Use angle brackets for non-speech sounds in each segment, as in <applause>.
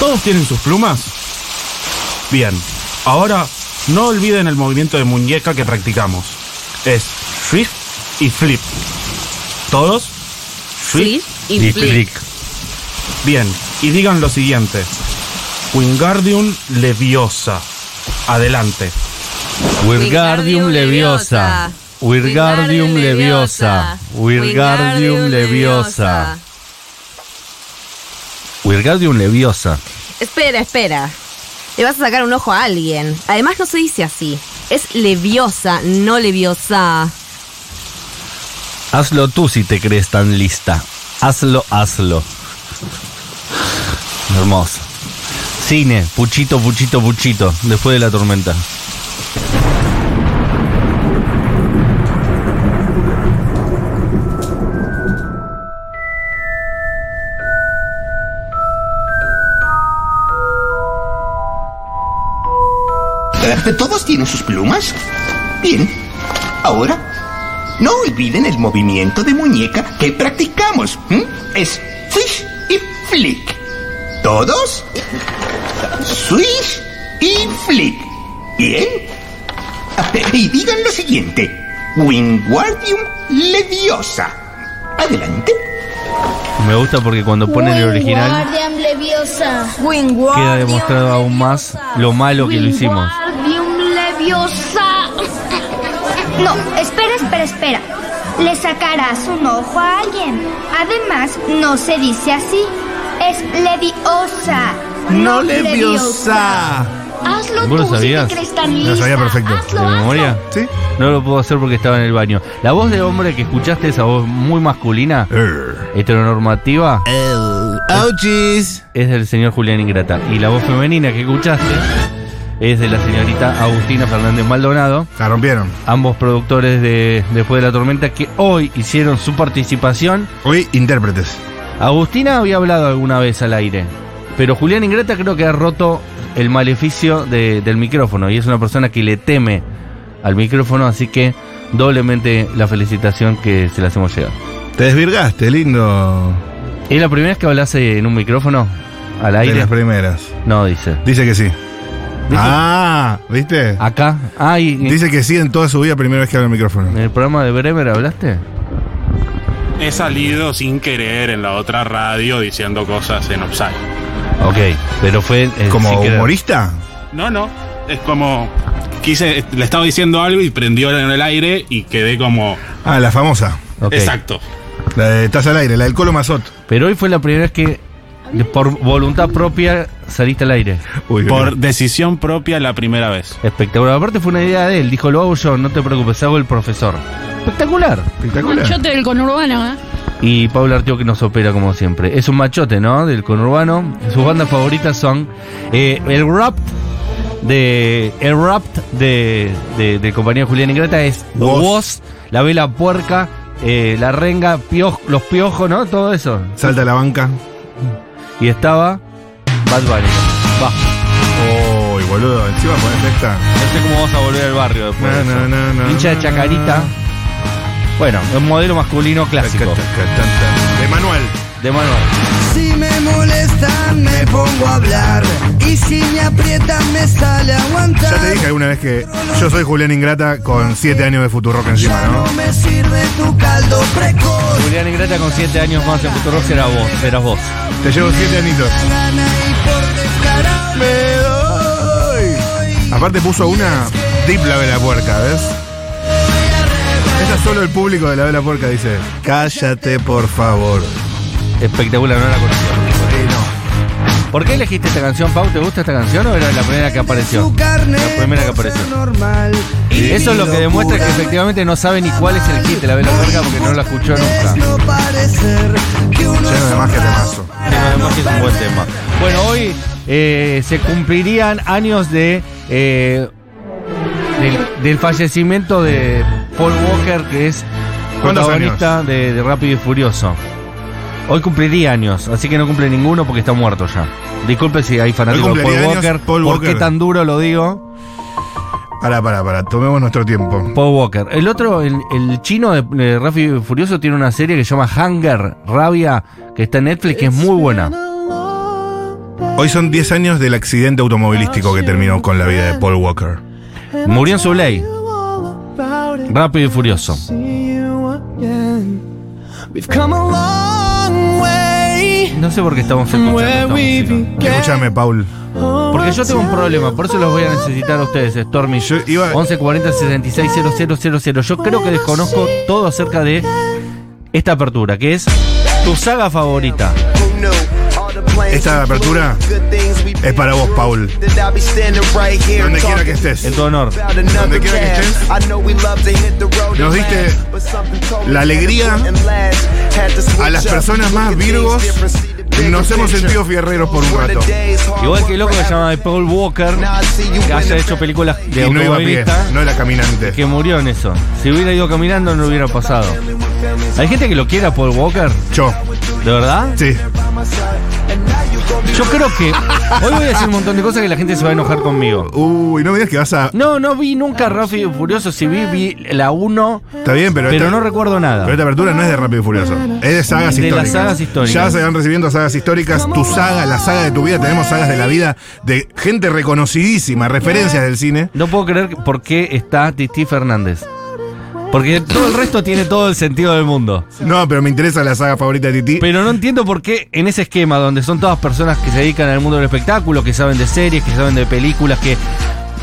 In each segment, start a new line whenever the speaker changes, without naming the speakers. ¿Todos tienen sus plumas? Bien, ahora no olviden el movimiento de muñeca que practicamos. Es swift y flip. ¿Todos?
Flip y
Ni
flip.
clic.
Bien, y digan lo siguiente. Wingardium Leviosa. Adelante.
Wingardium Leviosa. Wingardium Leviosa. Wingardium Leviosa. Wingardium Leviosa.
Espera, espera. Le vas a sacar un ojo a alguien. Además no se dice así. Es leviosa, no leviosa.
Hazlo tú si te crees tan lista. Hazlo, hazlo. Hermoso. Cine, puchito, puchito, puchito. Después de la tormenta.
Eh, ¿Todos tienen sus plumas? Bien. Ahora, no olviden el movimiento de muñeca que practicamos. ¿m? Es fish y flick. ¿Todos? Swish y flick. Bien. <laughs> Ah, eh, Y digan lo siguiente. Wingardium Leviosa. Adelante.
Me gusta porque cuando ponen el original
Wingardium Leviosa.
queda demostrado aún más lo malo que lo hicimos.
Wingardium Leviosa.
<laughs> No, espera, espera, espera. Le sacarás un ojo a alguien. Además, no se dice así. Es leviosa.
No leviosa.
Hazlo
¿Vos lo
tú si
sabías?
te crees tan
Lo sabía
lista.
perfecto.
¿De
Hazlo, hazlo.
memoria?
¿Sí?
No lo puedo hacer porque estaba en el baño. La voz de hombre que escuchaste, esa voz muy masculina,
Err.
heteronormativa,
Er. El. Ouchies.
es del señor Julián Ingrata. Y la voz femenina que escuchaste es de la señorita Agustina Fernández Maldonado.
La rompieron.
Ambos productores de Después de la Tormenta que hoy hicieron su participación.
Hoy, intérpretes.
Agustina había hablado alguna vez al aire, pero Julián Ingrata creo que ha roto el maleficio de- del micrófono y es una persona que le teme al micrófono, así que doblemente la felicitación que se le hacemos llegar.
Te desvirgaste, lindo.
¿Es la primera vez que hablase en un micrófono al
De
aire?
las primeras.
No, dice.
Dice que sí.
Dice-
Ah, ¿viste?
Acá. Ah, y- y-
Dice que sí en toda su vida, primera vez que habla el micrófono.
¿En el programa de Bremer hablaste?
He salido sin querer en la otra radio diciendo cosas en offside.
Ok, pero fue... eh,
¿Como
sin querer.
humorista?
No, no. Es como. Quise, le estaba diciendo algo y prendió en el aire y quedé como.
Ah, la famosa.
Ok.
Exacto.
La de Estás al aire, la del Colo Mazot.
Pero hoy fue la primera vez que de- por voluntad propia saliste al aire.
Uy,
Por decisión propia la primera vez.
Espectacular. Aparte fue una idea de él. Dijo, lo hago yo, no te preocupes, hago el profesor. Espectacular.
espectacular.
Machote del conurbano, ¿eh?
Y Paula Artió que nos opera como siempre. Es un machote, ¿no? Del conurbano. Sus bandas favoritas son eh, el rap de el rap de, de, de compañía Julián Ingrata es
Woz.
Woz, la vela puerca, eh, la renga, Pioj- los piojos, ¿no? Todo eso.
Salta a la banca.
Y estaba Bad Bunny. Va.
Uy, boludo, Oh, encima pues, ponés esta.
No sé cómo vas a volver al barrio después.
Na,
de
na,
eso.
na, na,
Hincha de
na,
Chacarita. Bueno, un modelo masculino clásico.
De manual.
De Manuel.
Si me molestan me pongo a hablar y si me aprietan me sale aguantar.
Ya te dije alguna vez que yo soy Julián Ingrata con 7 años de Futurock encima,
Ya
¿no?
no me sirve tu caldo precoz.
Julián Ingrata con 7 años más en Futuro Rock era vos, eras vos.
Te llevo 7 anitos.
Gana y por descarado me doy.
Aparte puso una deep la vela puerca, ¿ves? Esa es solo el público de la vela puerca dice. Cállate, por favor.
Espectacular, no la conocía.
Eh, no.
¿Por qué elegiste esta canción, Pau? ¿Te gusta esta canción o era la primera que apareció?
Su carne
La primera que apareció.
por ser normal. Y
Eso es lo que
locura
demuestra que efectivamente no sabe ni cuál es el hit de la vela verga porque no la escuchó nunca.
es no parecer que uno
Lleno de
es
más que temazo.
Pero además que Ah, es un buen tema. Bueno, hoy eh, se cumplirían años de eh, del, del fallecimiento de Paul Walker, que es
¿Cuántos
protagonista de, de Rápido y Furioso. Hoy cumpliría años, así que no cumple ninguno porque está muerto ya. Disculpe si hay fanáticos de Paul
cumpliría años
Walker.
Paul
¿Por
Walker.
qué tan duro lo digo?
Pará, pará, pará. Tomemos nuestro tiempo.
Paul Walker. El otro, el, el chino de, de Rápido y Furioso, tiene una serie que se llama Hunger, Rabia, que está en Netflix, que es muy buena.
Hoy son 10 años del accidente automovilístico que terminó con la vida de Paul Walker.
Murió en su ley. Rápido y furioso. No sé por qué estamos escuchando esta música.
Escúchame, Paul.
Porque yo tengo un problema, por eso los voy a necesitar a ustedes, Stormy.
Yo iba-
1140 66 000. Yo creo que desconozco todo acerca de esta apertura, que es tu saga favorita.
Esta apertura es para vos, Paul. Donde quiera que estés.
En tu honor.
Donde quiera que estés. Nos diste la alegría a las personas más virgos. Nos hemos sentido fierreros por un rato.
Igual que el loco que se llama Paul Walker, que haya hecho películas de
Y no iba a pie,
automovilista,
no era caminante.
que murió en eso. Si hubiera ido caminando, no hubiera pasado. Hay gente que lo quiera, Paul Walker,
Yo,
¿de verdad?
sí.
Yo creo que. Hoy voy a decir un montón de cosas que la gente se va a enojar conmigo.
Uy, no me digas que vas a.
No, no vi nunca Rápido y Furioso. Si vi, vi la 1,
Está bien, pero.
pero,
esta-
no recuerdo nada.
Pero esta apertura no es de Rápido y Furioso, es de sagas
De
históricas.
las sagas históricas.
Ya se van recibiendo sagas históricas. Tu saga, la saga de tu vida, tenemos sagas de la vida de gente reconocidísima, referencias del cine.
No puedo creer por qué está Titi Fernández. Porque todo el resto tiene todo el sentido del mundo.
No, pero me interesa la saga favorita de Titi.
Pero no entiendo por qué en ese esquema donde son todas personas que se dedican al mundo del espectáculo, que saben de series, que saben de películas, que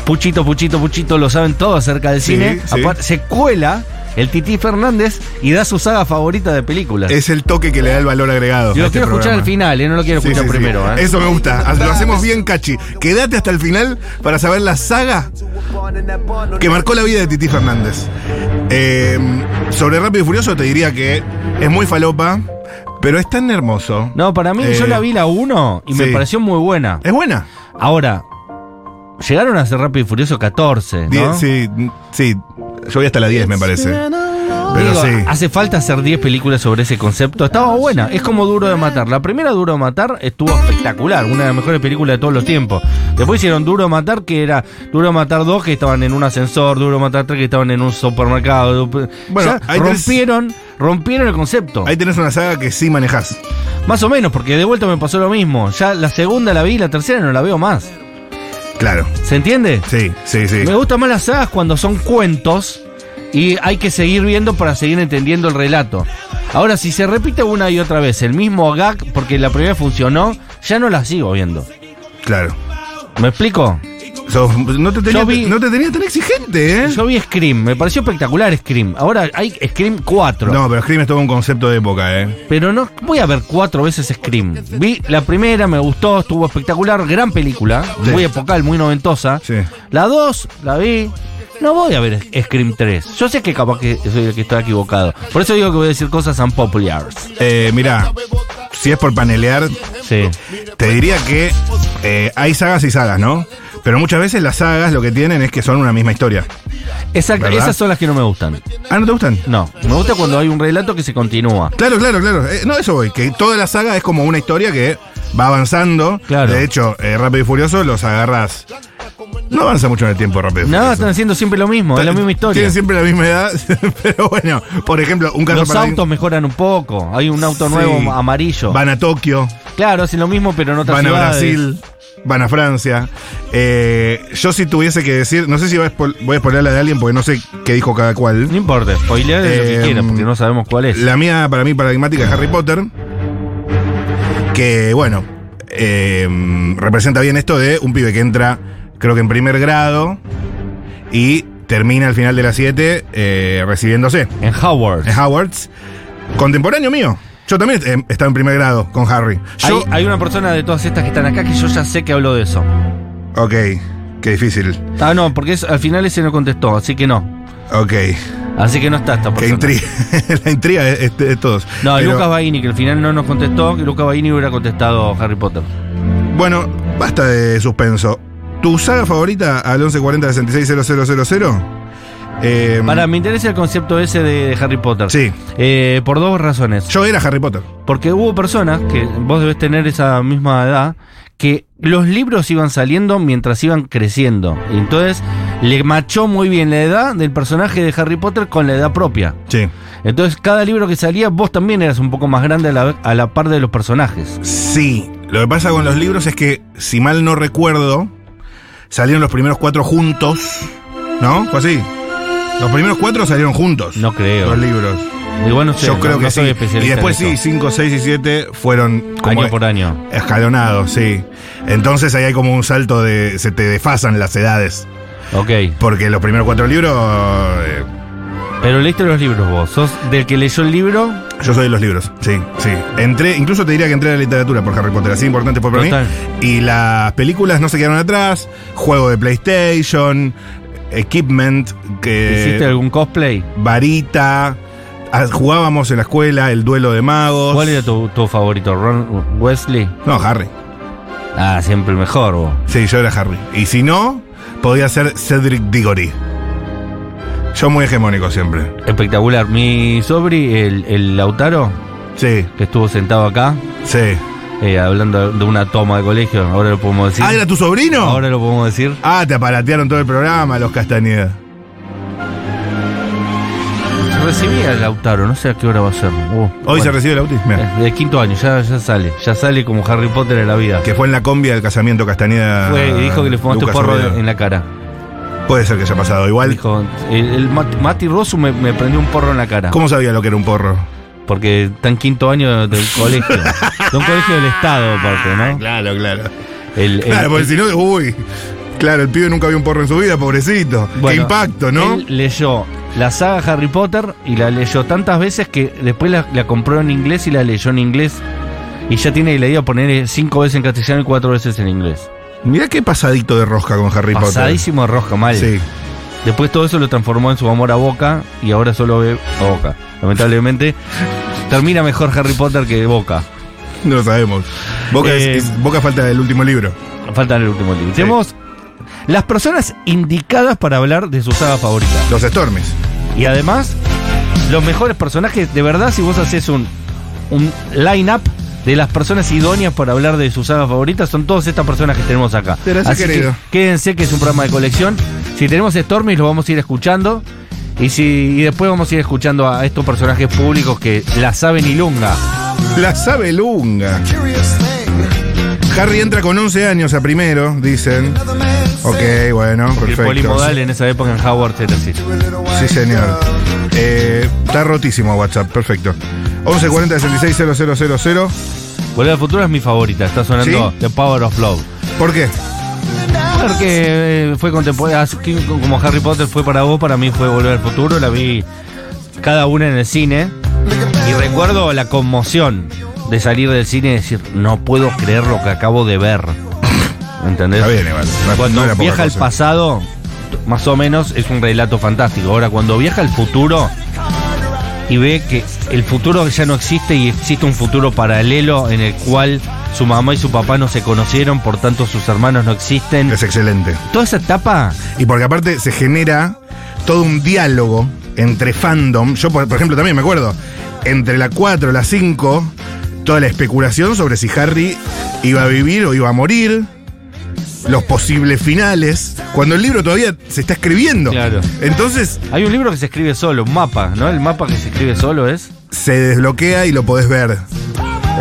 puchito, puchito, puchito, lo saben todo acerca del
Sí,
cine,
sí.
apar- se cuela el Titi Fernández y da su saga favorita de películas.
Es el toque que le da el valor agregado.
Yo
a
lo
este
quiero escuchar
programa.
al final, eh, no lo quiero
Sí,
escuchar
sí, sí.
primero. eh.
Eso me gusta. Lo hacemos bien, Cachi. Quédate hasta el final para saber la saga que marcó la vida de Titi Fernández. Eh, sobre Rápido y Furioso te diría que es muy falopa, pero es tan hermoso.
No, para mí, yo
Eh,
la vi la 1 y me
sí.
pareció muy buena.
Es buena.
Ahora, llegaron a ser Rápido y Furioso 14, ¿no?
Die- Sí, sí. Yo voy hasta la 10, me parece. Pero
Digo,
sí. Ah,
Hace falta hacer 10 películas sobre ese concepto. Estaba buena, es como Duro de Matar. La primera Duro de Matar estuvo espectacular, una de las mejores películas de todos los tiempos. Después hicieron Duro de Matar, que era Duro de Matar 2, que estaban en un ascensor, Duro de Matar 3, que estaban en un supermercado.
Bueno,
Bueno,
ahí tenés-
rompieron, rompieron el concepto.
Ahí tenés una saga que sí manejás.
Más o menos, porque de vuelta me pasó lo mismo. Ya la segunda la vi, la tercera no la veo más.
Claro.
¿Se entiende?
Sí, sí, sí.
Me gustan más las sagas cuando son cuentos y hay que seguir viendo para seguir entendiendo el relato. Ahora, si se repite una y otra vez el mismo gag, porque la primera funcionó, ya no la sigo viendo.
Claro.
¿Me explico?
Sos- no, te tenía,
Yo vi-
no te tenía tan exigente, ¿eh?
Yo vi Scream, me pareció espectacular Scream. Ahora hay Scream 4.
No, pero Scream es todo un concepto de época, ¿eh?
Pero no voy a ver cuatro veces Scream. Vi la primera, me gustó, estuvo espectacular, gran película,
Sí.
muy epocal, muy noventosa.
Sí.
La dos, la vi. No voy a ver Scream 3. Yo sé que capaz que soy el que está equivocado. Por eso digo que voy a decir cosas unpopulars.
Eh, mirá, si es por panelear,
Sí.
te diría que eh, hay sagas y sagas, ¿no? Pero muchas veces las sagas lo que tienen es que son una misma historia.
Exacto,
¿Verdad?
esas son las que no me gustan.
Ah, ¿no te gustan?
No, me gusta cuando hay un relato que se continúa.
Claro, claro, claro. Eh, no, eso voy, que toda la saga es como una historia que va avanzando.
Claro.
De hecho, eh, Rápido y Furioso los agarras. No avanza mucho en el tiempo, Rápido y
No,
Furioso.
están haciendo siempre lo mismo, es la misma historia.
Tienen siempre la misma edad, <laughs> pero bueno, por ejemplo, un caso
Los
para
autos mejoran un poco. Hay un auto
Sí.
nuevo amarillo.
Van a Tokio,
Claro, hacen lo mismo, pero en otras
van a
ciudades.
Brasil, van a Francia. Eh, yo si tuviese que decir, no sé si voy a spo- voy a spoiler la de alguien porque no sé qué dijo cada cual.
No importa, spoiler de lo que
Eh,
quieran, porque no sabemos cuál es.
La mía, para mí, paradigmática es Harry Potter. Que, bueno, eh, representa bien esto de un pibe que entra, creo que en primer grado, y termina al final de las 7 eh, recibiéndose
En Howard.
en Howards. Contemporáneo mío. Yo también eh, estaba en primer grado con Harry. Yo,
Hay, hay una persona de todas estas que están acá que yo ya sé que habló de eso.
Ok, qué difícil. <laughs>
Ah, no, porque es- al final ese no contestó, así que no.
Ok,
Así que no está esta
qué
persona.
intriga. la intriga es, es de todos.
No,
Pero,
Lucas Baini, que al final no nos contestó, que Lucas Baini hubiera contestado Harry Potter.
Bueno, basta de suspenso. ¿Tu saga favorita al 1140 660000? Eh,
Para, me interesa el concepto ese de, de Harry Potter.
Sí,
Eh, por dos razones.
yo era Harry Potter.
Porque hubo personas, que vos debés tener esa misma edad, que los libros iban saliendo mientras iban creciendo. Y entonces le machó muy bien la edad del personaje de Harry Potter con la edad propia.
Sí.
Entonces, cada libro que salía, vos también eras un poco más grande a la, a la par de los personajes.
Sí, Lo que pasa con los libros es que, si mal no recuerdo, salieron los primeros cuatro juntos. ¿No? Fue así. Los primeros cuatro salieron juntos.
No creo.
Los libros.
Igual no sé,
Yo
no-
creo
no
que
soy
sí.
especialista
Y después
en
sí,
eso.
5, 6 y 7 fueron como
año por año.
escalonados, sí. Entonces ahí hay como un salto de. se te desfasan las edades.
Ok.
Porque los primeros cuatro libros. eh,
Pero leíste los libros vos. ¿Sos del que leyó el libro?
Yo soy de los libros, sí, sí. Entré, incluso te diría que entré a la literatura por Harry Potter, así importante fue para
Total.
mí. Y las películas no se quedaron atrás, juego de PlayStation, equipment,
¿Hiciste
que
algún cosplay?
varita, Eh, ah, jugábamos en la escuela el duelo de magos.
¿Cuál era tu, tu favorito? ¿Ron Wesley?
No, Harry.
Ah, siempre el mejor vos.
Sí, yo era Harry. Y si no, podía ser Cedric Diggory. Yo muy hegemónico siempre.
Espectacular. Mi sobri, el, el Lautaro,
Sí,
que estuvo sentado acá,
sí.
eh, hablando de una toma de colegio, ahora lo podemos decir.
Ah, ¿era tu sobrino?
Ahora lo podemos decir.
Ah, te aparatearon todo el programa, los Castañeda.
Recibía el Lautaro, no sé a qué hora va a ser. Uh,
Hoy
bueno.
se recibe el autismo. Mirá.
Eh, De quinto año, ya, ya sale. Ya sale como Harry Potter en la vida.
Que fue en la combi del casamiento Castañeda.
Fue y dijo que le fumaste
Ah, Lucas
porro
Oviedo.
en la cara.
Puede ser que haya pasado. Igual, <laughs>
Dijo, el, el Mat- Mati Rosu me, me prendió un porro en la cara.
¿cómo sabía lo que era un porro?
Porque está en quinto año
<laughs>
del colegio. de un colegio del Estado, aparte, ¿no?
Ah, Claro, claro.
El- el-
Claro, porque si no, uy. Claro, el pibe nunca vio un porro en su vida, pobrecito. Qué
bueno,
impacto, ¿no?
Él leyó la saga Harry Potter y la leyó tantas veces que después la, la compró en inglés y la leyó en inglés. Y ya tiene leído poner cinco veces en castellano y cuatro veces en inglés.
Mirá qué pasadito de rosca con Harry
Pasadísimo de rosca, mal.
Potter. Sí.
Después todo eso lo transformó en su amor a Boca y ahora solo ve a Boca. Lamentablemente termina mejor Harry Potter que Boca.
No lo sabemos. Boca, es-
Eh,
es- Boca falta del último libro.
Falta en el último libro.
Sí.
Tenemos las personas indicadas para hablar de su saga favorita.
Los Stormies.
Y además, los mejores personajes, de verdad, si vos haces un, un line-up de las personas idóneas para hablar de sus sagas favoritas, son todas estas personas que tenemos acá.
Gracias,
Así que
querido.
quédense que es un programa de colección. Si tenemos Stormy, lo vamos a ir escuchando. Y, si, y después vamos a ir escuchando a estos personajes públicos que la saben y lunga.
La Sabelunga. Harry entra con 11 años a primero, dicen. Ok, bueno,
El
perfecto.
polimodal en esa época en Howard era así.
Sí, señor. Eh, está rotísimo WhatsApp, perfecto. 1140 66 000.
Volver al futuro es mi favorita, está sonando
¿Sí?
The Power of Love.
¿Por qué?
Porque eh, fue contemporánea, así que como Harry Potter fue para vos, para mí fue Volver al Futuro, la vi cada una en el cine y recuerdo la conmoción de salir del cine y decir, no puedo creer lo que acabo
<laughs>
de ver. ¿Entendés?
Está bien, igual. No-
Cuando
no era poca
viaja al
cosa.
pasado, más o menos es un relato fantástico. Ahora, cuando viaja al futuro y ve que el futuro ya no existe y existe un futuro paralelo en el cual su mamá y su papá no se conocieron, por tanto sus hermanos no existen.
Es excelente.
Toda esa etapa,
Y porque aparte se genera todo un diálogo entre fandom. Yo, por, por ejemplo, también me acuerdo, entre la 4 y la 5, toda la especulación sobre si Harry iba a vivir o iba a morir. Los posibles finales, cuando el libro todavía se está escribiendo.
Claro.
Entonces
hay un libro que se escribe solo, un mapa, ¿no? El mapa que se escribe solo es.
se desbloquea y lo podés ver.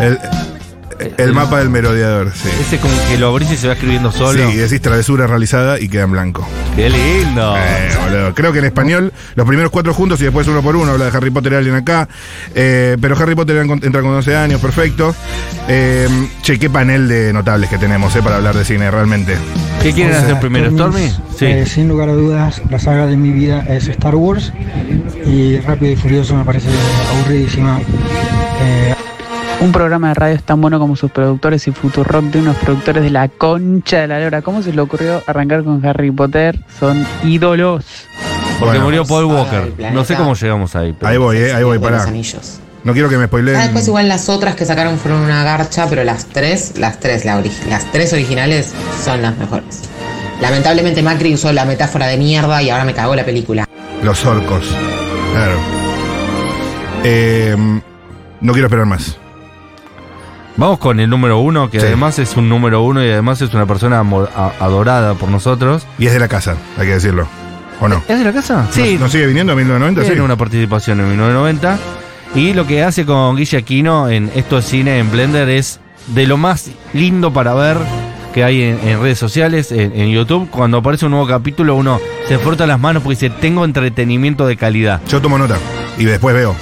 El, el mapa del merodeador, sí.
Ese como que lo abrís y se va escribiendo solo.
Sí, decís travesura realizada y queda en blanco.
¡Qué lindo!
Eh, boludo. Creo que en español, los primeros cuatro juntos y después uno por uno, habla de Harry Potter y alguien acá. Eh, pero Harry Potter en- entra con 11 años, perfecto. Eh, che, qué panel de notables que tenemos eh, para hablar de cine, realmente.
¿Qué quieren hacer primero, Stormy? Sí.
eh, sin lugar a dudas, la saga de mi vida es Star Wars y Rápido y Furioso me parece aburridísima.
Eh, Un programa de radio es tan bueno como sus productores y Futurock de unos productores de la concha de la lora. ¿Cómo se le ocurrió arrancar con Harry Potter? Son ídolos.
Porque
Bueno.
murió Paul Walker.
planeta.
No sé cómo llegamos ahí. pero-
Ahí voy, eh, ahí voy, pará.
anillos.
No quiero que me
Ah,
spoileen.
después igual las otras que sacaron fueron una garcha, pero las tres, las tres, la ori- las tres originales son las mejores. Lamentablemente Macri usó la metáfora de mierda y ahora me cagó la película.
Los orcos. Claro. Eh, no quiero esperar más.
Vamos con el número uno, que
Sí.
además es un número uno y además es una persona amo- a- adorada por nosotros.
Y es de la casa, hay que decirlo. ¿O no?
¿Es de la casa?
¿No, no sigue viniendo a 1990?
Tiene
Sí.
una participación en 1990. Y lo que hace con Guille Aquino en Esto es Cine en Blender es de lo más lindo para ver que hay en, en redes sociales, en, en YouTube. Cuando aparece un nuevo capítulo, uno se frota las manos porque dice, tengo entretenimiento de calidad.
Yo tomo nota y después veo.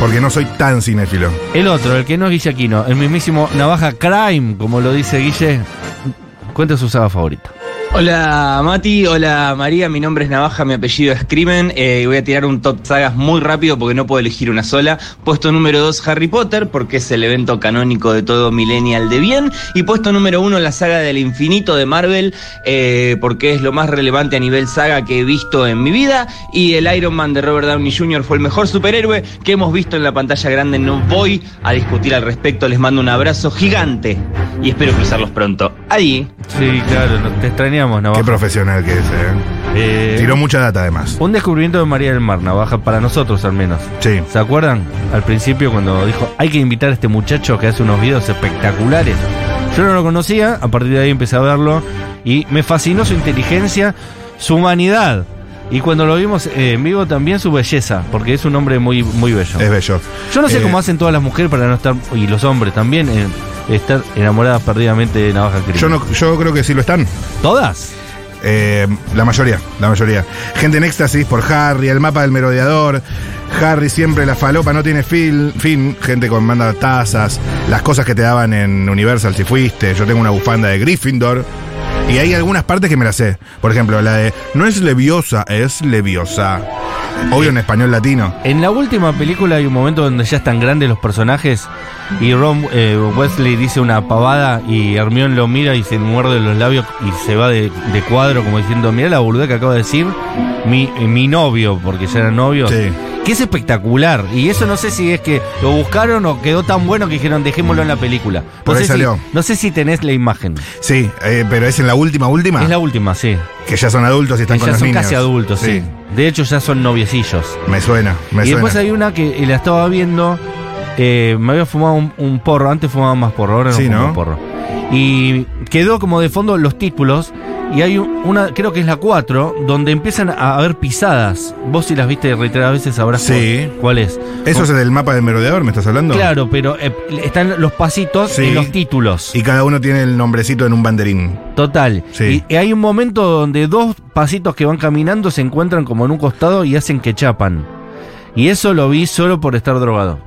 Porque no soy tan cinéfilo.
El otro, el que no es Guille Aquino, el mismísimo Navaja Crime, como lo dice Guille, cuenta su saga favorita.
Hola Mati, hola María, mi nombre es Navaja, mi apellido es Crimen eh, y voy a tirar un top sagas muy rápido porque no puedo elegir una sola. Puesto número 2 Harry Potter porque es el evento canónico de todo millennial de bien y puesto número 1 la saga del infinito de Marvel eh, porque es lo más relevante a nivel saga que he visto en mi vida y el Iron Man de Robert Downey Jr. fue el mejor superhéroe que hemos visto en la pantalla grande. No voy a discutir al respecto, les mando un abrazo gigante y espero cruzarlos pronto. Ahí.
Sí, claro, no- te extrañamos, Navaja.
Qué profesional que es, eh.
Eh,
Tiró mucha data además.
Un descubrimiento de María del Mar, Navaja, para nosotros al menos.
Sí.
¿Se acuerdan? Al principio cuando dijo, hay que invitar a este muchacho que hace unos videos espectaculares. Yo no lo conocía, a partir de ahí empecé a verlo y me fascinó su inteligencia, su humanidad. Y cuando lo vimos eh, en vivo también su belleza, porque es un hombre muy, muy bello.
Es bello.
Yo no sé
Eh,
cómo hacen todas las mujeres para no estar, y los hombres también, eh, estar enamoradas perdidamente de Navaja Crimen.
Yo, no, yo creo que sí lo están.
¿Todas?
Eh, la mayoría, la mayoría. Gente en éxtasis por Harry, el mapa del merodeador. Harry siempre la falopa no tiene fil- fin. Gente con manda tazas. Las cosas que te daban en Universal si fuiste. Yo tengo una bufanda de Gryffindor. Y hay algunas partes que me las sé. Por ejemplo, la de no es leviosa, es leviosa. Obvio en español latino.
En la última película hay un momento donde ya están grandes los personajes y Ron eh, Wesley dice una pavada y Hermión lo mira y se muerde los labios y se va de, de cuadro como diciendo, mira la burdea que acaba de decir mi, mi novio, porque ya eran novios.
Sí.
Que es espectacular. Y eso no sé si es que lo buscaron o quedó tan bueno que dijeron, dejémoslo en la película. No,
Por
sé,
ahí
si,
salió.
no sé si tenés la imagen.
Sí, eh, pero es en la última, última.
Es la última, sí.
Que ya son adultos y están
Que
con
ya
los
son
niños.
casi adultos, sí. De hecho ya son noviecillos.
Me suena, me
y
suena.
después hay una que eh, la estaba viendo. eh, me había fumado un, un porro. Antes fumaba más porro, ahora no
Sí,
fumo
¿no?
porro. Y quedó como de fondo los títulos. Y hay un- una, creo que es la 4, donde empiezan a haber pisadas. Vos si las viste reiteradas veces sabrás
Sí.
cuál, cuál es.
¿Eso es
Como-
del mapa del merodeador, me estás hablando?
Claro, pero eh, están los pasitos
Sí.
y los títulos.
Y cada uno tiene el nombrecito en un banderín.
Total.
Sí.
Y, y hay un momento donde dos pasitos que van caminando se encuentran como en un costado y hacen que chapan. Y eso lo vi solo por estar drogado.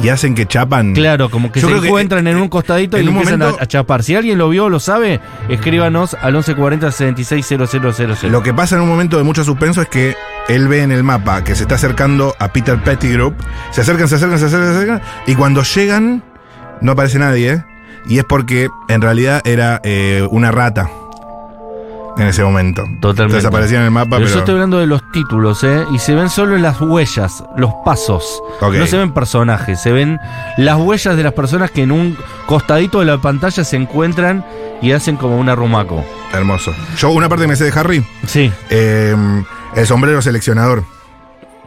Y hacen que chapan.
Claro, como que
Yo
se
creo que, eh,
encuentran en un costadito
en
y
un
empiezan
momento-
a, a chapar. Si alguien lo vio o lo sabe, escríbanos al 1140 760000.
Lo que pasa en un momento de mucho suspenso es que él ve en el mapa que se está acercando a Peter Pettigrew. Se acercan, se acercan, se acercan, se acercan. Y cuando llegan, no aparece nadie. ¿eh? Y es porque en realidad era eh, una rata en ese momento.
Totalmente.
Desaparecía en el mapa,
Pero
pero.
yo estoy hablando de los títulos, ¿eh? Y se ven solo las huellas, los pasos.
Ok.
No se ven personajes, se ven las huellas de las personas que en un costadito de la pantalla se encuentran y hacen como un arrumaco.
Hermoso. Yo, una parte que me sé de Harry,
Sí.
eh, el sombrero seleccionador.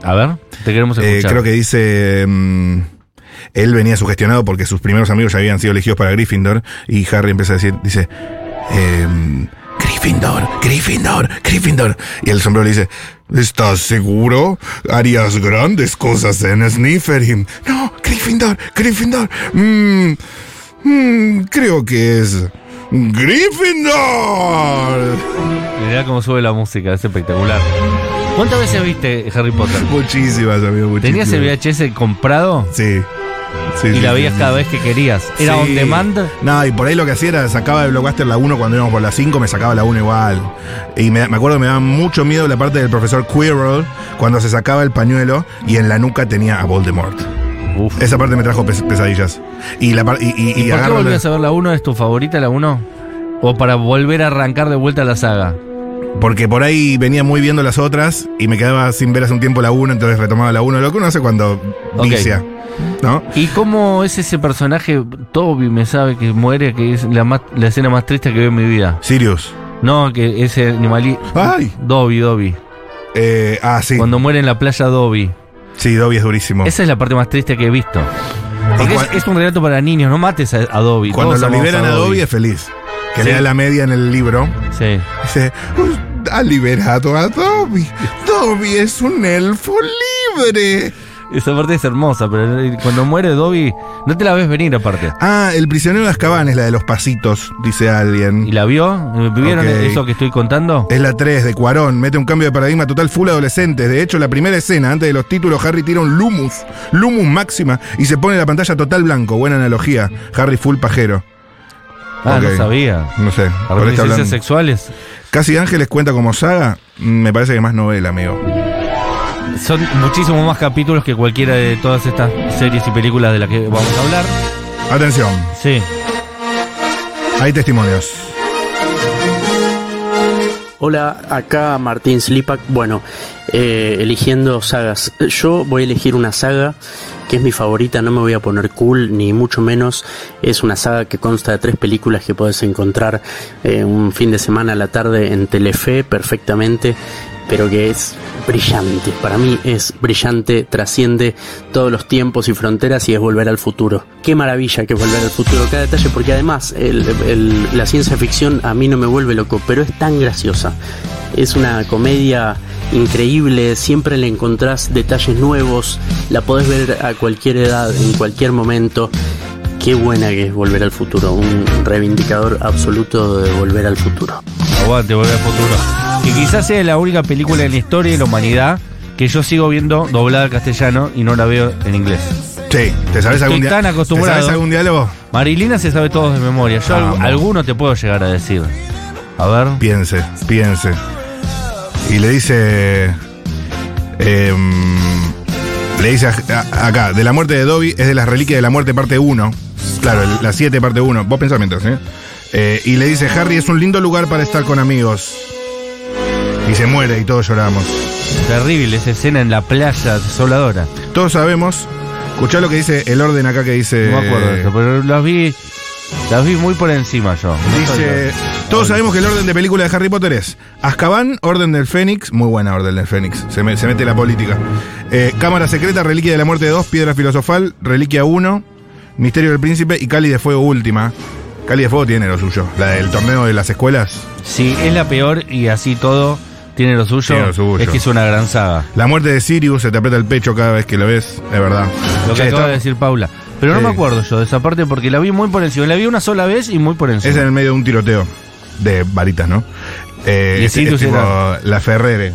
A ver, te queremos
Eh,
escuchar.
creo que dice. mm, él venía sugestionado porque sus primeros amigos ya habían sido elegidos para Gryffindor. Y Harry empieza a decir, dice. em, Gryffindor, Gryffindor, Gryffindor. Y el sombrero le dice, ¿estás seguro? Harías grandes cosas en Snifferim. No, Gryffindor, Gryffindor. Mm, mm, creo que es Gryffindor.
Mirá cómo sube la música, es espectacular. ¿Cuántas veces viste Harry Potter?
Muchísimas, amigo, muchísimas.
¿Tenías el VHS comprado?
Sí. Sí,
y
sí,
la
sí,
veías
sí.
cada vez que querías. Era
Sí.
on demand.
No, y por ahí lo que hacía era sacaba de Blockbuster la 1 cuando íbamos por la 5, me sacaba la 1 igual. Y me, me acuerdo que me daba mucho miedo la parte del profesor Quirrell cuando se sacaba el pañuelo y en la nuca tenía a Voldemort.
Uf.
Esa parte me trajo pes- pesadillas. Y la par- y, y,
¿Y,
y
por qué
agarro la-
volvías a ver la 1? ¿Es tu favorita la 1? ¿O para volver a arrancar de vuelta la saga?
porque por ahí venía muy viendo las otras y me quedaba sin ver hace un tiempo la 1, entonces retomaba la 1, lo que uno hace cuando
Ok.
vicia. ¿No?
¿Y cómo es ese personaje, Toby, me sabe que muere, que es la, más- la escena más triste que veo en mi vida?
Sirius.
No, que ese animalí.
¡Ay!
Dobby, Dobby.
Eh, ah, sí.
Cuando muere en la playa Dobby.
Sí, Dobby es durísimo.
Esa es la parte más triste que he visto.
Y
Porque
cua-
es, es un relato para niños, no mates a, a Dobby.
Cuando
Todos
lo
amamos
liberan a Dobby es feliz. Que
Sí.
le da la media en el libro.
Sí.
Dice, ha liberado a Dobby. Dobby es un elfo libre.
Esa parte es hermosa, pero cuando muere Dobby, no te la ves venir aparte.
Ah, el prisionero de Azkaban es la de los pasitos, dice alguien.
¿Y la vio? ¿Vieron
Ok.
eso que estoy contando?
Es la 3 de Cuarón, mete un cambio de paradigma total full adolescente. De hecho, la primera escena, antes de los títulos, Harry tira un Lumus, Lumus máxima, y se pone la pantalla total blanco. Buena analogía. Harry full pajero.
Ah,
Ok.
no sabía.
No sé. por ahí está
¿Referencias
hablando.
sexuales?
Casi Ángeles cuenta como saga, mm, me parece que más novela, amigo.
Son muchísimos más capítulos que cualquiera de todas estas series y películas de las que vamos a hablar.
Atención,
Sí.
hay testimonios.
Hola, acá Martín Slipak. Bueno, eh, eligiendo sagas. Yo voy a elegir una saga que es mi favorita, no me voy a poner cool, ni mucho menos. Es una saga que consta de tres películas que podés encontrar eh, un fin de semana a la tarde en Telefe perfectamente, pero que es brillante. Para mí es brillante, trasciende todos los tiempos y fronteras y es volver al futuro. Qué maravilla que es volver al futuro, cada detalle, porque además el- el- la ciencia ficción a mí no me vuelve loco, pero es tan graciosa. Es una comedia increíble, siempre le encontrás detalles nuevos, la podés ver a cualquier edad, en cualquier momento. Qué buena que es Volver al Futuro, un reivindicador absoluto de Volver al Futuro.
Aguante, volver al futuro. Y quizás sea la única película en la historia de la humanidad que yo sigo viendo doblada al castellano y no la veo en inglés.
Sí, ¿te sabes
Estoy
algún dia-
tan
te
acostumbrado.
sabes algún diálogo?
Marilina se sabe todos de memoria. Yo al-
Vamos.
alguno te puedo llegar a decir. A ver.
Piense, piense. Y le dice. em, le dice a- a- acá, de la muerte de Dobby es de las reliquias de la muerte parte 1. Claro, el- la 7 parte 1. Vos pensás mientras, ¿eh? Eh, Y le dice, Harry, es un lindo lugar para estar con amigos. Y se muere y todos lloramos.
Terrible esa escena en la playa desoladora.
Todos sabemos. Escuchá lo que dice el orden acá que dice.
No me acuerdo de eso, pero las vi. Las vi muy por encima yo. No
Dice,
soy-
todos sabemos que el orden de película de Harry Potter es Azkaban, Orden del Fénix, muy buena Orden del Fénix, se, me- se mete la política. Eh, Cámara Secreta, Reliquia de la Muerte 2, Piedra Filosofal, Reliquia 1, Misterio del Príncipe y Cali de Fuego última. Cali de Fuego tiene lo suyo, la del torneo de las escuelas.
Sí, es la peor y así todo tiene lo suyo.
Tiene lo suyo.
Es que es una gran saga.
La muerte de Sirius, se te aprieta el pecho cada vez que lo ves, es verdad.
Lo que
Che,
acaba
está-
de decir Paula. Pero no
Sí.
me acuerdo yo de esa parte porque la vi muy por encima. La vi una sola vez y muy por
Es
encima.
en el medio de un tiroteo de varitas, ¿no? Eh,
Y
es-
Sirius
es tipo
era-
la Ferrere.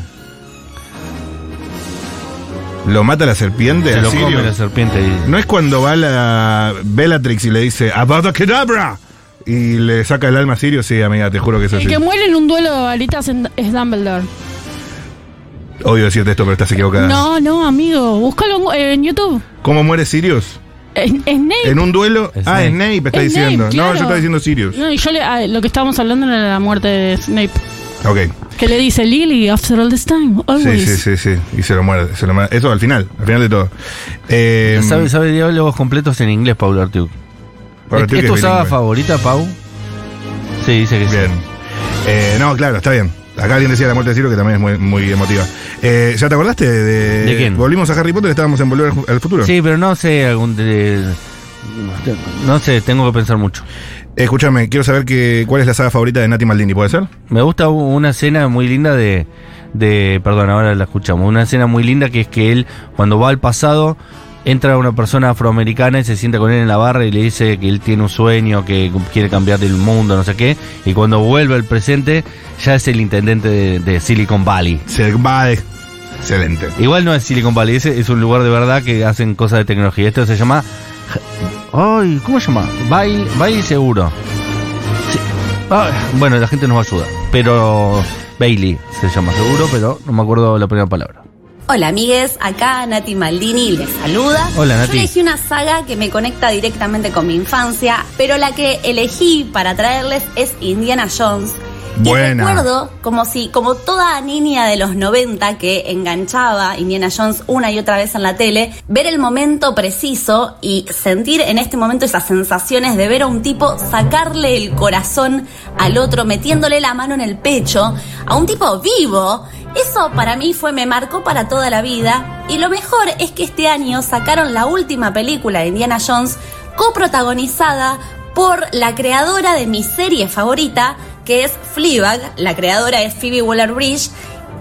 ¿Lo mata la serpiente?
Se
a
lo
Sirius?
come la serpiente. y-
¿No es cuando va la Bellatrix y le dice Abadacadabra? Y le saca el alma a Sirius? Sí, amiga, te juro que es
El
así.
que muere en un duelo de balitas en- es Dumbledore.
Odio decirte esto, pero estás equivocada.
No, no, amigo. Búscalo en, en YouTube.
¿Cómo muere Sirius?
Es, es Snape.
En un duelo. Ah, Snape está
Snape,
diciendo. No,
claro.
yo estaba diciendo Sirius.
No, y yo le- ah, lo que estábamos hablando era la muerte de Snape.
Ok.
Que le dice Lily, after all this time,
Sí,
always.
sí, sí, sí. Y se lo muerde. Se lo muerde. Eso al final, al final de todo. Eh,
Sabe, sabe diálogos completos en inglés, Paula Artiuk.
Paula
¿Es,
Artiuk
es
es
tu saga
bilingüe.
favorita, Pau? Sí, dice que sí.
Bien. Eh, no, claro, está bien. Acá alguien decía la muerte de Ciro, que también es muy, muy emotiva. Eh, ¿Ya te acordaste de,
¿De quién?
Volvimos a Harry Potter, estábamos en Volver al Ju- al Futuro.
Sí, pero no sé algún. de- no sé, tengo que pensar mucho.
Escúchame, quiero saber que, cuál es la saga favorita de Nati Maldini, ¿puede ser?
Me gusta u- una escena muy linda de, de. Perdón, ahora la escuchamos. Una escena muy linda que es que él, cuando va al pasado, entra una persona afroamericana y se sienta con él en la barra y le dice que él tiene un sueño, que quiere cambiar el mundo, no sé qué. Y cuando vuelve al presente, ya es el intendente de, de Silicon Valley.
Se va de- Excelente.
Igual no es Silicon Valley, ese es un lugar de verdad que hacen cosas de tecnología. Esto se llama. Ay, ¿cómo se llama? Bail, Bail Seguro. Sí. Ah, bueno, la gente nos ayuda. Pero. Bailey se llama seguro, pero no me acuerdo la primera palabra.
Hola amigues, acá Nati Maldini les saluda.
Hola, Nati.
Yo elegí una saga que me conecta directamente con mi infancia, pero la que elegí para traerles es Indiana Jones.
Buena.
Recuerdo como si, como toda niña de los 90 que enganchaba Indiana Jones una y otra vez en la tele, ver el momento preciso y sentir en este momento esas sensaciones de ver a un tipo sacarle el corazón al otro, metiéndole la mano en el pecho, a un tipo vivo. Eso para mí fue, me marcó para toda la vida. Y lo mejor es que este año sacaron la última película de Indiana Jones, coprotagonizada por la creadora de mi serie favorita, que es Fleabag, la creadora es Phoebe Waller-Bridge,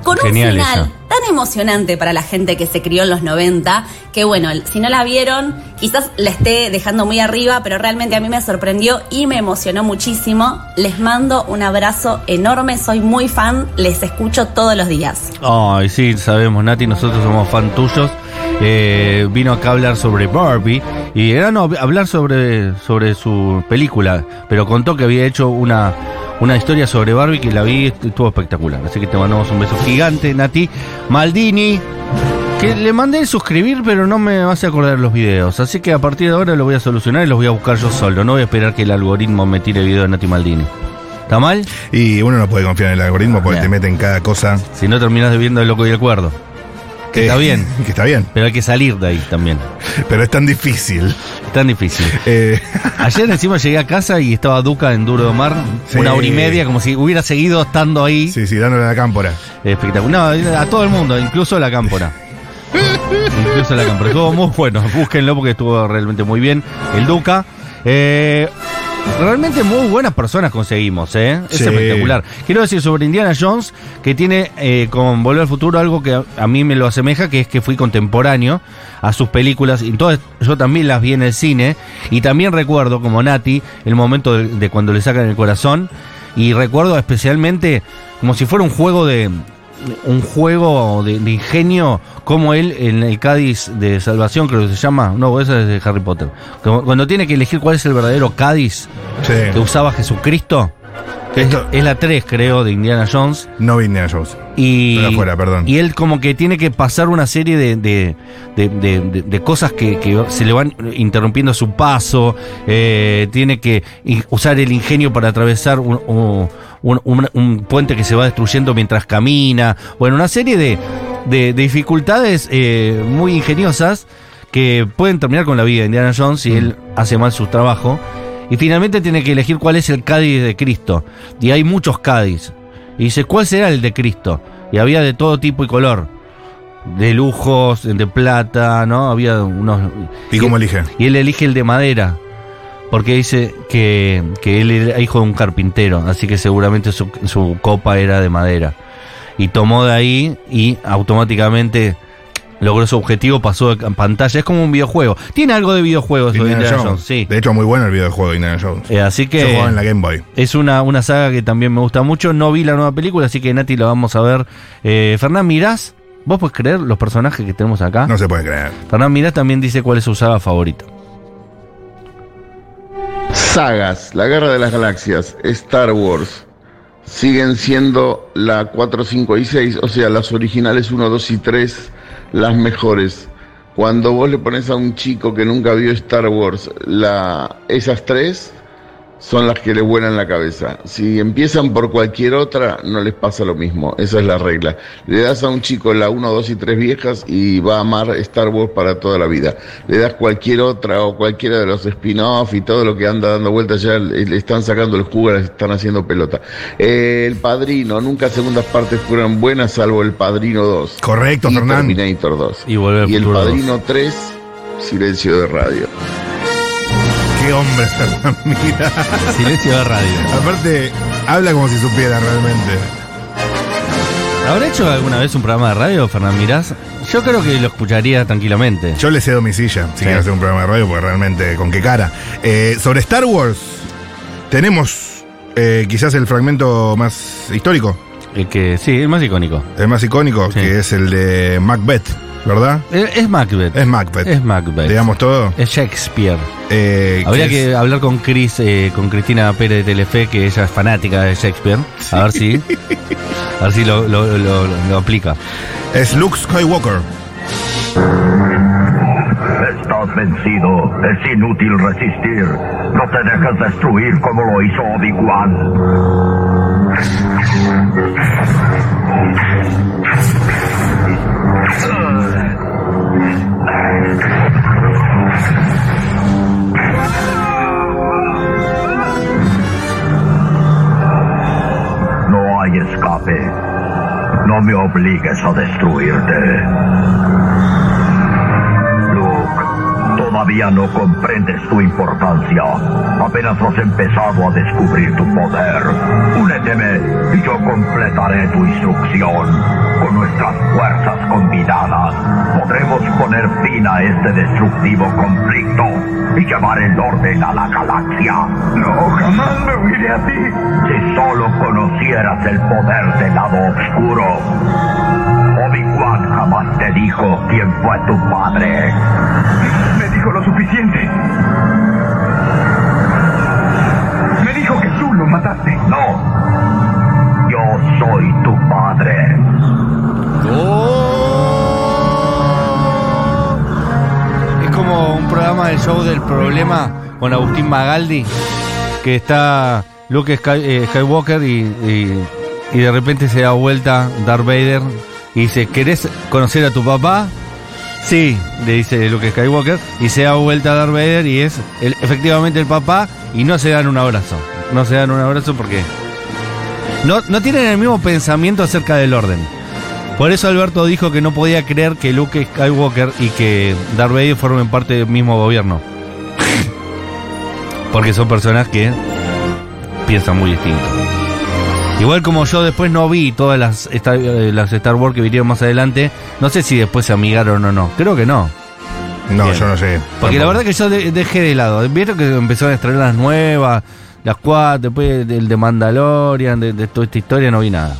con
Genial
un final
esa.
tan emocionante para la gente que se crió en los 90, que bueno, si no la vieron, quizás la esté dejando muy arriba, pero realmente a mí me sorprendió y me emocionó muchísimo. Les mando un abrazo enorme, soy muy fan, les escucho todos los días.
Ay, sí, sabemos, Nati, nosotros somos fan tuyos. Eh, vino acá a hablar sobre Barbie y era no hablar sobre, sobre su película, pero contó que había hecho una, una historia sobre Barbie que la vi estuvo espectacular. Así que te mandamos un beso gigante, Nati. Maldini, que le mandé el suscribir, pero no me vas a acordar los videos. Así que a partir de ahora lo voy a solucionar y los voy a buscar yo solo. No voy a esperar que el algoritmo me tire el video de Nati Maldini. ¿Está mal?
Y uno no puede confiar en el algoritmo porque te meten cada cosa. Eh,
Si no terminas viendo el loco y el cuerdo. Que está bien.
<laughs> Que está bien.
Pero hay que salir de ahí también.
Pero es tan difícil. Eh.
tan
<laughs>
difícil. Ayer encima llegué a casa y estaba Duca en Duro de Mar.
Sí.
Una hora y media, como si hubiera seguido estando ahí.
Sí, sí, dándole a la cámpora.
Espectacular. No, a todo el mundo, incluso a
<laughs>
la cámpora. incluso a la cámpora. Estuvo muy bueno. Búsquenlo porque estuvo realmente muy bien. El Duca. Eh, Realmente muy buenas personas conseguimos, ¿eh? Es
Sí.
espectacular. Quiero decir sobre Indiana Jones, que tiene eh, con Volver al Futuro algo que a, a mí me lo asemeja, que es que fui contemporáneo a sus películas. y Entonces yo también las vi en el cine y también recuerdo, como Nati, el momento de, de cuando le sacan el corazón y recuerdo especialmente como si fuera un juego de un juego de, de ingenio como él en el Cádiz de Salvación creo que se llama no esa es de Harry Potter Como- cuando tiene que elegir cuál es el verdadero Cádiz que usaba Jesucristo que es, es la 3 creo de Indiana Jones
no vi Indiana Jones
y
Pero afuera, perdón.
y él como que tiene que pasar una serie de, de, de- de- de- de cosas que, que se le van interrumpiendo su paso, eh, tiene que i- usar el ingenio para atravesar un, un- un- un- un puente que se va destruyendo mientras camina, bueno, una serie de, de- de dificultades eh, muy ingeniosas que pueden terminar con la vida de Indiana Jones
Mm.
si él hace mal su trabajo. Y finalmente tiene que elegir cuál es el Cádiz de Cristo. Y hay muchos Cádiz. Y dice, ¿cuál será el de Cristo? Y había de todo tipo y color. De lujos, de plata, ¿no? Había unos...
¿Y cómo elige?
Y él elige el de madera. Porque dice que, que él era hijo de un carpintero, así que seguramente su, su copa era de madera. Y tomó de ahí y automáticamente logró su objetivo, pasó de pantalla. Es como un videojuego. Tiene algo de videojuegos lo de
Indiana
Indiana
Jones.
Jones, sí.
De hecho, muy bueno el videojuego de Indiana Jones.
Eh, así que.
Yo jugaba en la Game Boy.
Es una, una saga que también me gusta mucho. No vi la nueva película, así que Nati la vamos a ver. Eh, Fernán Mirás, ¿vos podés creer los personajes que tenemos acá?
No se puede creer.
Fernán Mirás también dice cuál es su saga favorita.
Sagas, la guerra de las galaxias, Star Wars, siguen siendo la 4, 5 y 6, o sea, las originales 1, 2 y 3, las mejores. Cuando vos le pones a un chico que nunca vio Star Wars, la, esas tres son las que le vuelan la cabeza. Si empiezan por cualquier otra, no les pasa lo mismo. Esa es la regla. Le das a un chico la 1, 2 y 3 viejas y va a amar Star Wars para toda la vida. Le das cualquier otra o cualquiera de los spin-off y todo lo que anda dando vueltas ya le le están sacando el jugo, le están haciendo pelota. Eh, el Padrino, nunca segundas partes fueron buenas salvo El Padrino 2.
Correcto,
y
Fernán.
Terminator 2.
Y, volver al
El
futuro dos.
Padrino 3, Silencio de Radio.
Qué hombre, Fernán, <laughs> mira.
Silencio de radio.
Aparte, habla como si supiera realmente.
¿Habrá hecho alguna vez un programa de radio, Fernán Mirás? Yo creo que lo escucharía tranquilamente.
Yo le cedo mi silla si quiero hacer un programa de radio, porque realmente, ¿con qué cara? Eh, sobre Star Wars, tenemos eh, quizás el fragmento más histórico.
El que, sí, el más icónico.
El más icónico, que es el de Macbeth, ¿verdad?
Eh, Es Macbeth.
Es Macbeth.
Es Macbeth.
Digamos todo.
Es Shakespeare.
Eh,
Habría
es-
que hablar con Chris, eh, con Cristina Pérez de Telefe, que ella es fanática de Shakespeare. A ver si. A ver si lo, lo- lo- lo aplica.
Es Luke Skywalker.
Estás vencido. Es inútil resistir. No te dejes destruir como lo hizo Obi-Wan. No hay escape. No me obligues a destruirte. Luke, toda Todavía no comprendes tu importancia. Apenas has empezado a descubrir tu poder. Úneteme y yo completaré tu instrucción. Con nuestras fuerzas combinadas podremos poner fin a este destructivo conflicto y llevar el orden a la galaxia. No, jamás me huiré a ti. Si solo conocieras el poder del lado oscuro. Obi-Wan jamás te dijo quién fue tu padre. Me dijo lo suficiente. Me dijo que tú lo mataste. No. Yo soy tu padre.
Es como un programa del show del problema con Agustín Magaldi, que está Luke Sky- eh, Skywalker y, y- y de repente se da vuelta Darth Vader y dice, ¿querés conocer a tu papá? Sí, le dice Luke Skywalker y se da vuelta Darth Vader y es el- efectivamente el papá y no se dan un abrazo. No se dan un abrazo porque no, no tienen el mismo pensamiento acerca del orden. Por eso Alberto dijo que no podía creer que Luke Skywalker y que Darth Vader formen parte del mismo gobierno. <laughs> Porque son personas que piensan muy distinto. Igual como yo después no vi todas las Star, eh, las Star Wars que vinieron más adelante, no sé si después se amigaron o no. Creo que no.
No, yo no sé.
Porque la
Tampoco.
verdad que yo de- dejé de lado. Vieron que empezaron a estrenar las nuevas, las cuatro, después del de Mandalorian, de, de toda esta historia, no vi nada.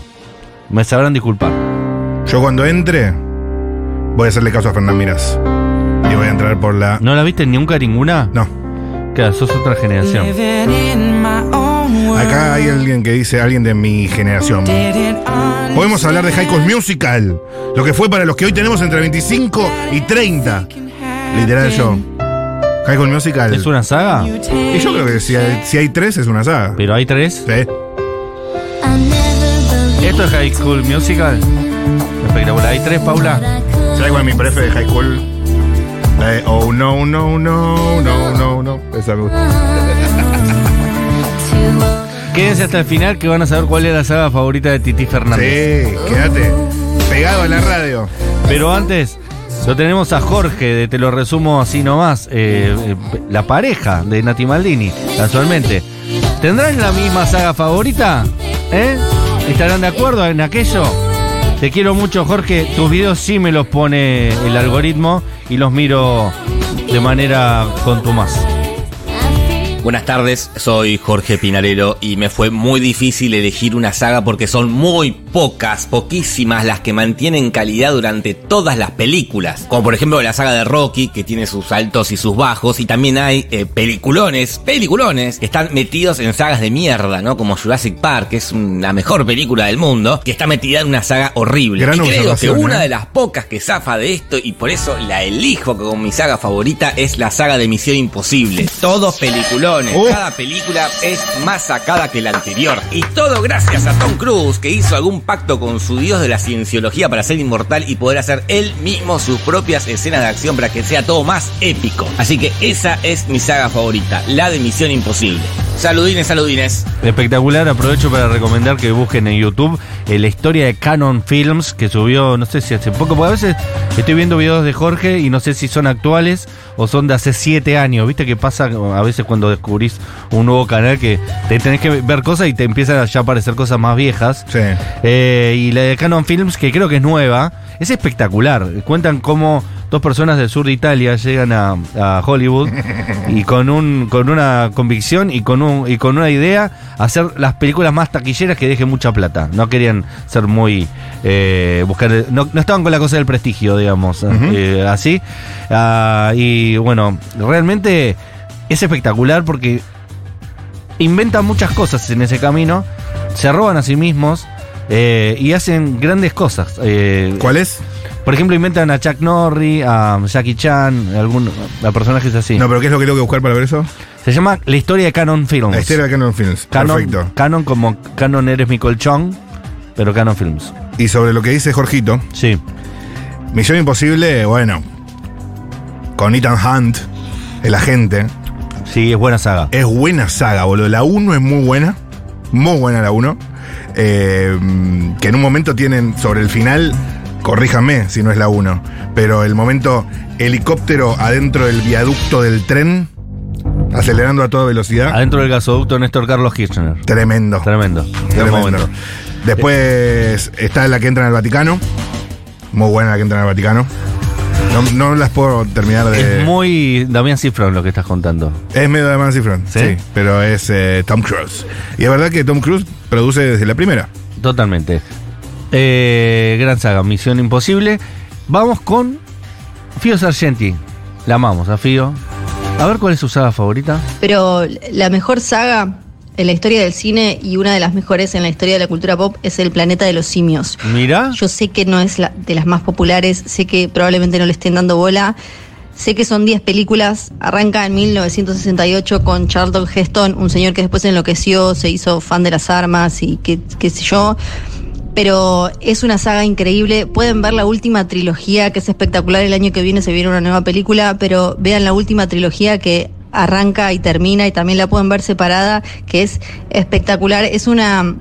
Me sabrán disculpar.
Yo cuando entre, voy a hacerle caso a Fernán Miras. Y voy a entrar por la.
¿No la viste nunca ninguna?
No.
Claro, sos otra generación.
Acá hay alguien que dice, alguien de mi generación. Podemos hablar de High School Musical, lo que fue para los que hoy tenemos entre 25 y 30. Literal yo. High School Musical.
¿Es una saga?
Y yo creo que si hay, si hay tres es una saga.
¿Pero hay tres?
Sí.
¿Esto es High School Musical? Espectacular. ¿Hay tres, Paula?
¿Sabes cuál es mi prefe de High School? La de, oh no, no, no, no, no, no. Esa me gusta.
Quédense hasta el final que van a saber cuál es la saga favorita de Titi Fernández.
Sí, quédate. Pegado a la radio.
Pero antes, lo tenemos a Jorge, de te lo resumo así nomás, eh, eh, la pareja de Nati Maldini, casualmente. ¿Tendrán la misma saga favorita? ¿Eh? ¿Estarán de acuerdo en aquello? Te quiero mucho, Jorge. Tus videos sí me los pone el algoritmo y los miro de manera contumaz.
Buenas tardes, soy Jorge Pinarello y me fue muy difícil elegir una saga porque son muy pocas, poquísimas las que mantienen calidad durante todas las películas. Como por ejemplo la saga de Rocky que tiene sus altos y sus bajos y también hay eh, peliculones, peliculones que están metidos en sagas de mierda, ¿no? Como Jurassic Park, que es un- la mejor película del mundo, que está metida en una saga horrible.
Gran
Y creo que
observación,
una
¿eh?
de las pocas que zafa de esto y por eso la elijo como mi saga favorita es la saga de Misión Imposible. Todos peliculones,
Uh.
cada película es más sacada que la anterior. Y todo gracias a Tom Cruise que hizo algún pacto con su dios de la cienciología para ser inmortal y poder hacer él mismo sus propias escenas de acción para que sea todo más épico. Así que esa es mi saga favorita, la de Misión Imposible. Saludines, saludines.
Espectacular, aprovecho para recomendar que busquen en YouTube eh, la historia de Canon Films que subió, no sé si hace poco, porque a veces estoy viendo videos de Jorge y no sé si son actuales o son de hace siete años. ¿Viste que pasa a veces cuando descubrís un nuevo canal que te tenés que ver cosas y te empiezan a ya aparecer cosas más viejas?
Sí.
Eh, y la de Canon Films, que creo que es nueva, es espectacular. Cuentan cómo dos personas del sur de Italia llegan a, a Hollywood y con un con una convicción y con un y con una idea hacer las películas más taquilleras que dejen mucha plata. No querían ser muy eh, buscar no, no estaban con la cosa del prestigio, digamos, eh, así. Ah, y bueno, realmente es espectacular porque inventan muchas cosas en ese camino, se roban a sí mismos eh, y hacen grandes cosas. eh.
¿Cuáles?
Por ejemplo, inventan a Chuck Norris, a Jackie Chan, algún, a personajes así.
No, pero ¿qué es lo que tengo que buscar para ver eso?
Se llama La historia de Canon Films.
La historia de Canon Films.
Canon,
Perfecto.
Canon como Canon eres mi colchón, pero Canon Films.
Y sobre lo que dice Jorgito.
Sí.
Misión Imposible, bueno. Con Ethan Hunt, el agente.
Sí, es buena saga.
Es buena saga, boludo. La 1 es muy buena. Muy buena la 1. Eh, que en un momento tienen sobre el final. Corríjame si no es la 1. Pero el momento helicóptero adentro del viaducto del tren, acelerando a toda velocidad.
Adentro del gasoducto Néstor Carlos Kirchner.
Tremendo.
Tremendo.
Tremendo.
momento.
Después está la que entra en el Vaticano. Muy buena la que entra en el Vaticano. No, no las puedo terminar de.
Es muy Damián Cifrón lo que estás contando.
Es medio de Mancy Front, ¿Sí?
¿Sí?
pero es eh, Tom Cruise. Y es verdad que Tom Cruise produce desde la primera.
Totalmente. Eh, gran saga, Misión Imposible. Vamos con Fio Sargenti. La amamos a Fio. A ver cuál es su saga favorita.
Pero la mejor saga en la historia del cine y una de las mejores en la historia de la cultura pop es El planeta de los simios.
<laughs>
Mira.
Yo sé que no es la- de las más populares, sé que probablemente no le estén dando bola. Sé que son 10 películas, arranca en 1968 con Charlton Heston, un señor que después enloqueció, se hizo fan de las armas y qué, qué sé yo. Pero es una saga increíble. Pueden ver la última trilogía, que es espectacular. El año que viene se viene una nueva película, pero vean la última trilogía que arranca y termina y también la pueden ver separada, que es espectacular. Es una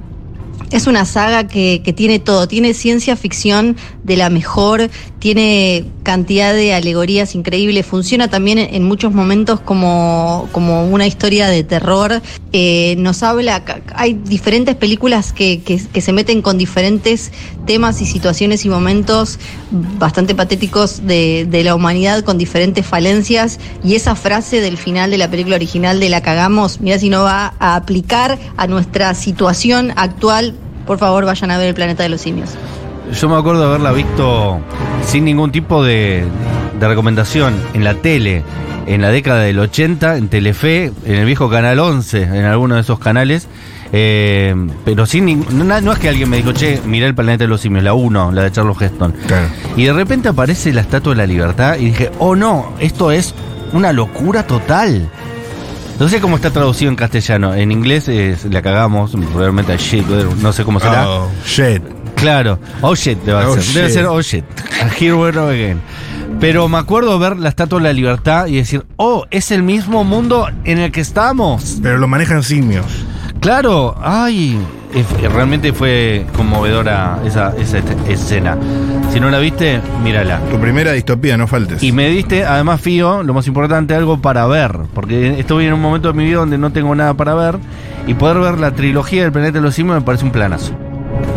es una saga que, que tiene todo, tiene ciencia ficción de la mejor, tiene cantidad de alegorías increíbles, funciona también en, en muchos momentos como, como una historia de terror, Eh, nos habla, ca- hay diferentes películas que, que- que se meten con diferentes temas y situaciones y momentos bastante patéticos de, de la humanidad con diferentes falencias y esa frase del final de la película original de la cagamos, mira si no va a aplicar a nuestra situación actual, por favor vayan a ver el planeta de los simios.
Yo me acuerdo haberla visto sin ningún tipo de, de recomendación en la tele en la década del 80, en Telefe, en el viejo Canal 11, en alguno de esos canales. eh, pero sin ning- no, no es que alguien me dijo, che, mirá el planeta de los simios, la 1, la de Charles Heston. Y de repente aparece la Estatua de la Libertad y dije, oh no, esto es una locura total. No sé cómo está traducido en castellano. En inglés es, la cagamos, probablemente shit, no sé cómo será.
Oh, shit.
Claro, oh shit debe
Oh,
ser. Debe
shit.
ser oh shit. <laughs> Here we go again. Pero me acuerdo ver la Estatua de la Libertad y decir, oh, es el mismo mundo en el que estamos.
Pero lo manejan simios.
Claro, ay, es- realmente fue conmovedora esa, esa est- escena. Si no la viste, mírala.
Tu primera distopía, no faltes.
Y me diste, además, Fío, lo más importante, algo para ver. Porque estoy en un momento de mi vida donde no tengo nada para ver. Y poder ver la trilogía del planeta de los simios me parece un planazo.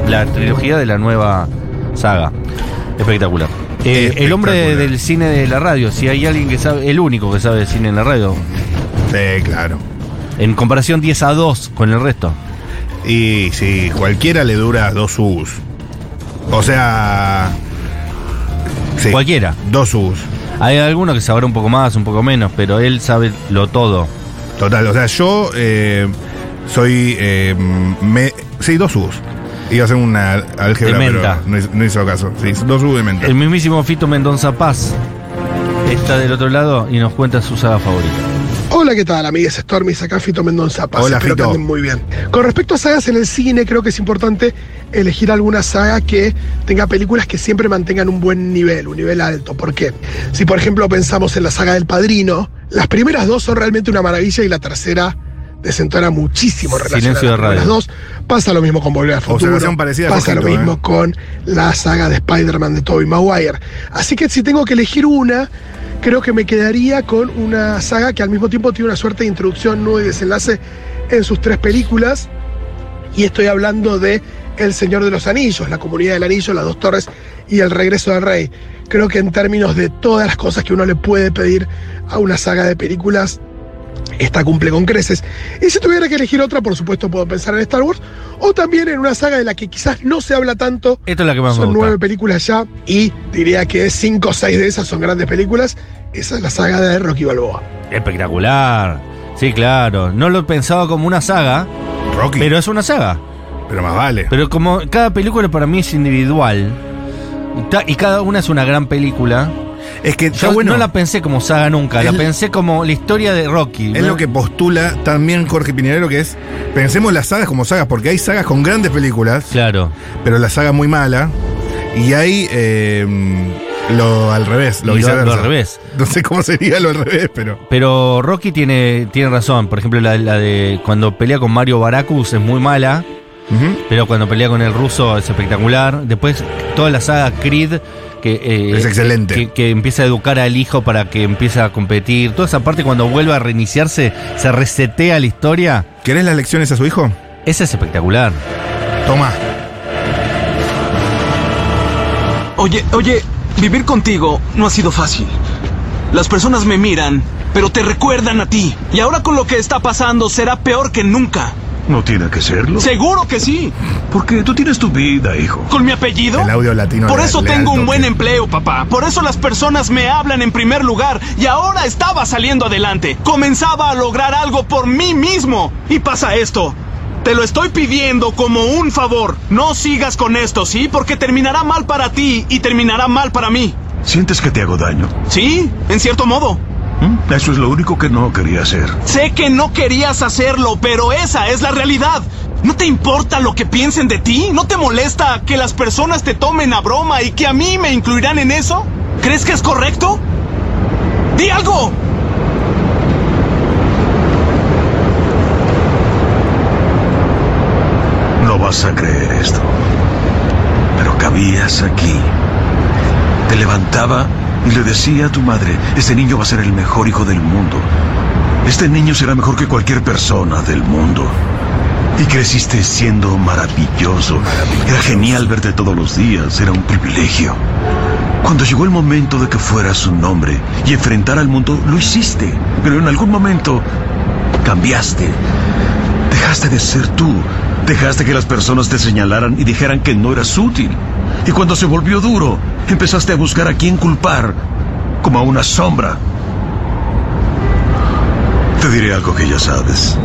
La trilogía de la nueva saga. Espectacular. Eh, el hombre de- del cine de la radio, si hay alguien que sabe, el único que sabe de cine en la radio.
Sí, claro.
En comparación 10 a 2 con el resto.
Y sí, cualquiera le dura dos U's. O sea. sí,
Cualquiera.
Dos U's.
Hay alguno que sabrá un poco más, un poco menos, pero él sabe lo todo.
Total, o sea, yo eh, soy. eh, me- sí, dos U's. Iba a hacer una álgebra,
De
pero
menta.
no hizo, no hizo caso. Sí, dos U de menta.
El mismísimo Fito Mendonza Paz está del otro lado y nos cuenta su saga favorita.
Hola, ¿qué tal, amigues? Stormis, acá Fito Mendonza Paz.
Hola,
Espero que
Fito.
anden muy bien. Con respecto a sagas en el cine, creo que es importante elegir alguna saga que tenga películas que siempre mantengan un buen nivel, un nivel alto. ¿Por qué? Si, por ejemplo, pensamos en la saga del Padrino, las primeras dos son realmente una maravilla y la tercera desentona muchísimo en relación
Silencio de
a las primeras
radio.
dos. Pasa lo mismo con Volver al Futuro.
Observación parecida a
Pasa lo
Jorgito,
mismo
¿eh?
con la saga de Spider-Man de Tobey Maguire. Así que si tengo que elegir una, creo que me quedaría con una saga que al mismo tiempo tiene una suerte de introducción, nudo y desenlace en sus tres películas. Y estoy hablando de El Señor de los Anillos, La Comunidad del Anillo, Las Dos Torres y El Regreso del Rey. Creo que en términos de todas las cosas que uno le puede pedir a una saga de películas, esta cumple con creces. Y si tuviera que elegir otra, por supuesto puedo pensar en Star Wars o también en una saga de la que quizás no se habla tanto.
Esta es la que más me
son
gusta.
nueve películas ya y diría que cinco o seis de esas son grandes películas. Esa es la saga de Rocky Balboa.
Espectacular. Sí, claro. No lo pensaba como una saga. Pero es una saga.
Pero más vale.
Pero como cada película para mí es individual. y ta- Y cada una es una gran película.
Es que
yo no la pensé como saga nunca, la
Es-
pensé como la historia de Rocky.
Es
¿no?
lo que postula también Jorge Piñarero, que es, pensemos las sagas como sagas, porque hay sagas con grandes películas.
Claro.
Pero la saga muy mala. Y hay eh, lo al revés, lo
Y lo-
viceversa.
lo al revés.
No sé cómo sería lo al revés, pero...
Pero Rocky tiene, tiene razón. Por ejemplo, la, la de cuando pelea con Mario Baracus es muy mala. Pero cuando pelea con el ruso es espectacular. Después toda la saga Creed. Que, eh,
Es excelente.
Que, que empieza a educar al hijo para que empiece a competir. Toda esa parte cuando vuelve a reiniciarse, se resetea la historia.
¿Querés las lecciones a su hijo?
Esa es espectacular.
Toma.
Oye, oye, vivir contigo no ha sido fácil. Las personas me miran, pero te recuerdan a ti. Y ahora con lo que está pasando será peor que nunca.
No tiene que serlo.
Seguro que sí.
Porque tú tienes tu vida, hijo.
¿Con mi apellido?
El audio latino.
Por
le-
eso
le da
tengo
el
un buen em-
toque.
empleo, papá. Por eso las personas me hablan en primer lugar. Y ahora estaba saliendo adelante. Comenzaba a lograr algo por mí mismo. Y pasa esto. Te lo estoy pidiendo como un favor. No sigas con esto, ¿sí? Porque terminará mal para ti y terminará mal para mí.
¿Sientes que te hago daño?
Sí, en cierto modo.
¿Mm? Eso es lo único que no quería hacer.
Sé que no querías hacerlo, pero esa es la realidad. ¿No te importa lo que piensen de ti? ¿No te molesta que las personas te tomen a broma y que a mí me incluirán en eso? ¿Crees que es correcto? ¡Di algo!
No vas a creer esto. Pero cabías aquí. Te levantaba y le decía a tu madre, este niño va a ser el mejor hijo del mundo. Este niño será mejor que cualquier persona del mundo. Y creciste siendo maravilloso. Era genial verte todos los días, era un privilegio. Cuando llegó el momento de que fueras un hombre y enfrentar al mundo, lo hiciste. Pero en algún momento cambiaste. Dejaste de ser tú. Dejaste que las personas te señalaran y dijeran que no eras útil. Y cuando se volvió duro, empezaste a buscar a quién culpar, como a una sombra. Te diré algo que ya sabes.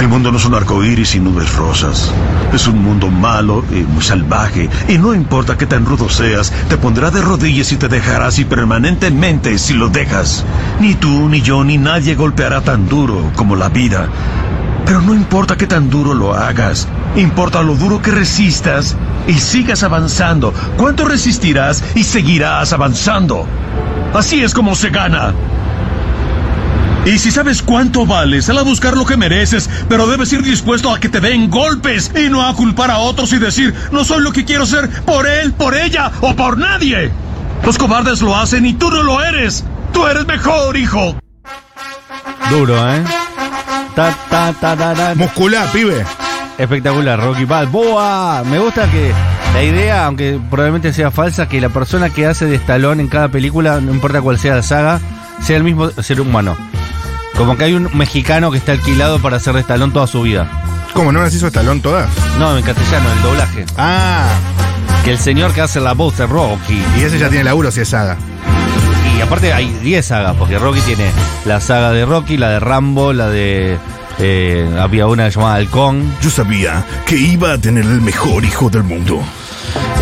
El mundo no es un arco iris y nubes rosas. Es un mundo malo y muy salvaje. Y no importa qué tan rudo seas, te pondrá de rodillas y te dejará así permanentemente si lo dejas. Ni tú, ni yo, ni nadie golpeará tan duro como la vida. Pero no importa qué tan duro lo hagas, importa lo duro que resistas y sigas avanzando. ¿Cuánto resistirás y seguirás avanzando? Así es como se gana. Y si sabes cuánto vales, sal a buscar lo que mereces, pero debes ir dispuesto a que te den golpes y no a culpar a otros y decir, no soy lo que quiero ser por él, por ella o por nadie. Los cobardes lo hacen y tú no lo eres. Tú eres mejor, hijo.
Duro, ¿eh? Ta, ta, ta, ta, ta.
Muscular, pibe.
Espectacular, Rocky Balboa. Me gusta que la idea, aunque probablemente sea falsa, que la persona que hace de Stallone en cada película, no importa cuál sea la saga, sea el mismo ser humano. Como que hay un mexicano que está alquilado para hacer de Stallone toda su vida.
¿Cómo no las hizo Stallone todas?
No, en castellano, el doblaje.
Ah.
Que el señor que hace la voz de Rocky.
Y ese ya tiene laburo si es saga.
Y aparte hay 10 sagas, porque Rocky tiene la saga de Rocky, la de Rambo, la de... eh, había una llamada Halcón.
Yo sabía que iba a tener el mejor hijo del mundo.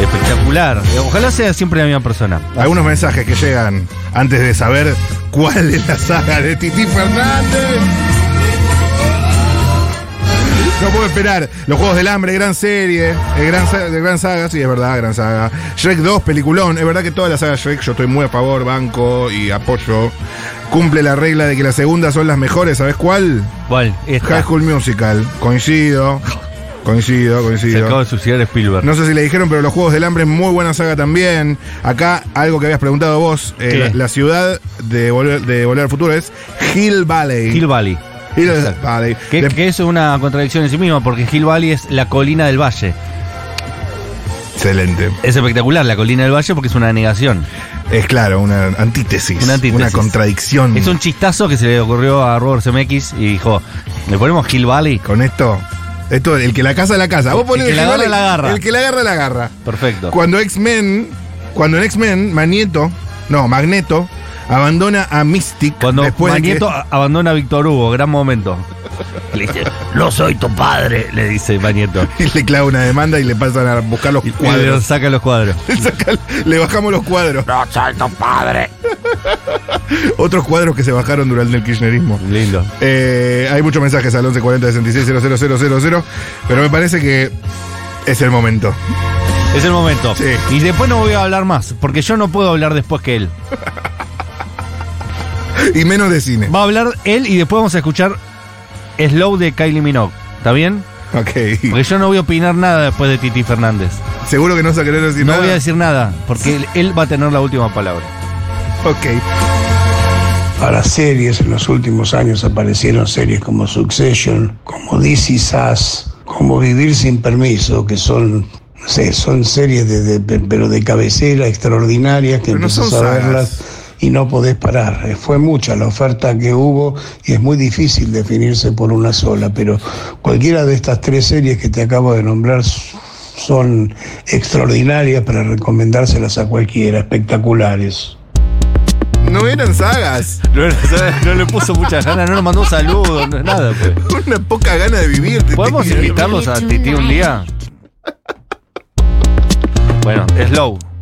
Espectacular. Eh, Ojalá sea siempre la misma persona.
Algunos mensajes que llegan antes de saber cuál es la saga de Titi Fernández. No puedo esperar. Los Juegos del Hambre, gran serie, eh, gran, sa- de gran saga, sí, es verdad, gran saga. Shrek 2, peliculón. Es verdad que toda la saga Shrek yo estoy muy a favor, banco y apoyo. Cumple la regla de que las segundas son las mejores, ¿sabes cuál?
¿Cuál?
High School Musical. Coincido, coincido,
Se
coincido.
acaba de suicidar Spielberg.
No sé si le dijeron, pero los Juegos del Hambre es muy buena saga también. Acá, algo que habías preguntado vos, eh,
¿Qué?
la, la ciudad de Volver, de Volver al Futuro es Hill Valley.
Hill Valley.
Hill
Exacto.
Valley.
Que, que eso es una contradicción en sí misma, porque Hill Valley es la colina del valle.
Excelente.
Es espectacular la colina del valle porque es una negación.
Es claro, una antítesis.
Una antítesis.
contradicción.
Es un chistazo que se le ocurrió a Robert Zemeckis y dijo, le ponemos Hill Valley.
Con esto, esto, el que la casa, la casa. Vos
El
ponés
que la
Hill
agarra,
Valley,
la agarra.
El que la agarra, la agarra.
Perfecto.
Cuando X-Men, cuando en X-Men, Magneto, no, Magneto, abandona a Mystic.
Cuando
después de que- <laughs>
Magneto a- abandona a Víctor Hugo, gran momento. Le dice, no soy tu padre, le dice Magneto.
Y le clava una demanda y le pasan a buscar los
Y le
cuadros.
saca los cuadros.
Le, saca- le bajamos los cuadros.
No soy tu padre.
Otros cuadros que se bajaron durante el kirchnerismo.
Lindo.
Eh, hay muchos mensajes al 1140 66 000, pero me parece que es el momento.
Es el momento.
Sí.
Y después no voy a hablar más, porque yo no puedo hablar después que él.
<laughs> Y menos de cine.
Va a hablar él y después vamos a escuchar Slow de Kylie Minogue. ¿Está bien? Porque yo no voy a opinar nada después de Titi Fernández.
Seguro que no vas a querer decir
nada. No voy a decir nada, porque él, él va a tener la última palabra.
Ok.
Para series, en los últimos años aparecieron series como Succession, como This Is Us, como Vivir sin Permiso, que son, no sé, son series de, de- pe- pero de cabecera extraordinarias que
Pero no
empezás
son
a
sagas.
verlas y no podés parar. Eh, Fue mucha la oferta que hubo y es muy difícil definirse por una sola, pero cualquiera de estas tres series que te acabo de nombrar s- son extraordinarias para recomendárselas a cualquiera, espectaculares.
No eran sagas.
No, le puso muchas ganas, no nos mandó saludos, no es nada, pues.
Una poca gana de vivir.
¿Podemos invitarlos a Titi un día? Bueno, Slow,